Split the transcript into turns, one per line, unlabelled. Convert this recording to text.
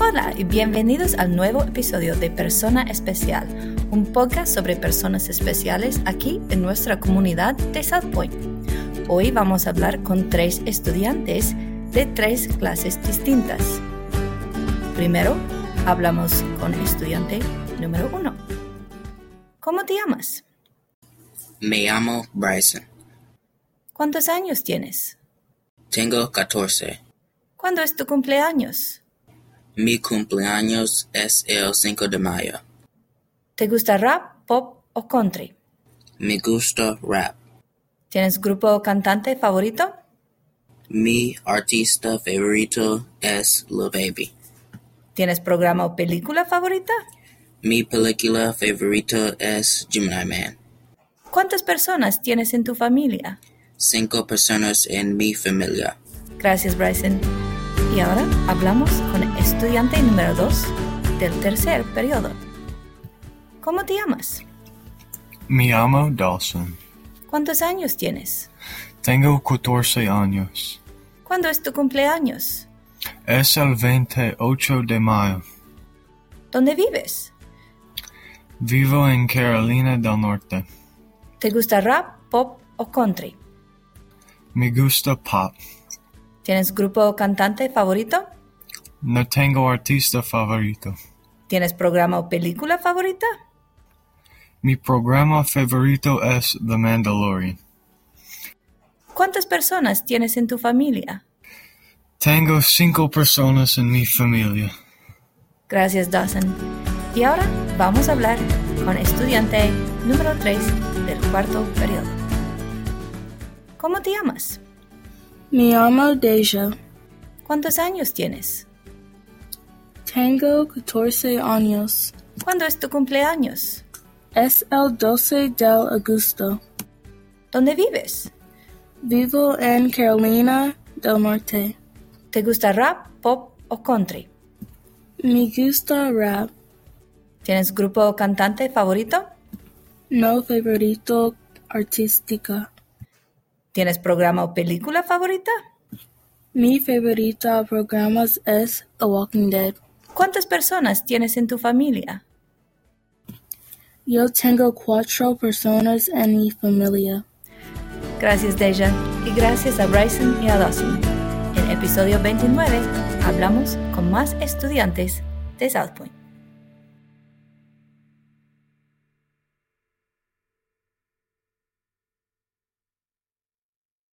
Hola y bienvenidos al nuevo episodio de Persona Especial, un podcast sobre personas especiales aquí en nuestra comunidad de South Point. Hoy vamos a hablar con tres estudiantes de tres clases distintas. Primero, hablamos con estudiante número uno. ¿Cómo te llamas?
Me llamo Bryson.
¿Cuántos años tienes?
Tengo 14.
¿Cuándo es tu cumpleaños?
Mi cumpleaños es el 5 de mayo.
¿Te gusta rap, pop o country?
Me gusta rap.
¿Tienes grupo o cantante favorito?
Mi artista favorito es Lil Baby.
¿Tienes programa o película favorita?
Mi película favorita es Gemini Man.
¿Cuántas personas tienes en tu familia?
Cinco personas en mi familia.
Gracias, Bryson. Y ahora hablamos con estudiante número 2 del tercer periodo. ¿Cómo te llamas?
Me llamo Dawson.
¿Cuántos años tienes?
Tengo 14 años.
¿Cuándo es tu cumpleaños?
Es el 28 de mayo.
¿Dónde vives?
Vivo en Carolina del Norte.
¿Te gusta rap, pop o country?
Me gusta pop.
¿Tienes grupo o cantante favorito?
No tengo artista favorito.
¿Tienes programa o película favorita?
Mi programa favorito es The Mandalorian.
¿Cuántas personas tienes en tu familia?
Tengo cinco personas en mi familia.
Gracias, Dawson. Y ahora vamos a hablar con estudiante número 3 del cuarto periodo. ¿Cómo te llamas?
Me llamo Deja.
¿Cuántos años tienes?
Tengo 14 años.
¿Cuándo es tu cumpleaños?
Es el 12 del agosto.
¿Dónde vives?
Vivo en Carolina del Norte.
¿Te gusta rap, pop o country?
Me gusta rap.
¿Tienes grupo o cantante favorito?
No favorito artística.
¿Tienes programa o película favorita?
Mi favorita programas es The Walking Dead.
¿Cuántas personas tienes en tu familia?
Yo tengo cuatro personas en mi familia.
Gracias Deja y gracias a Bryson y a Dawson. En episodio 29 hablamos con más estudiantes de South Point.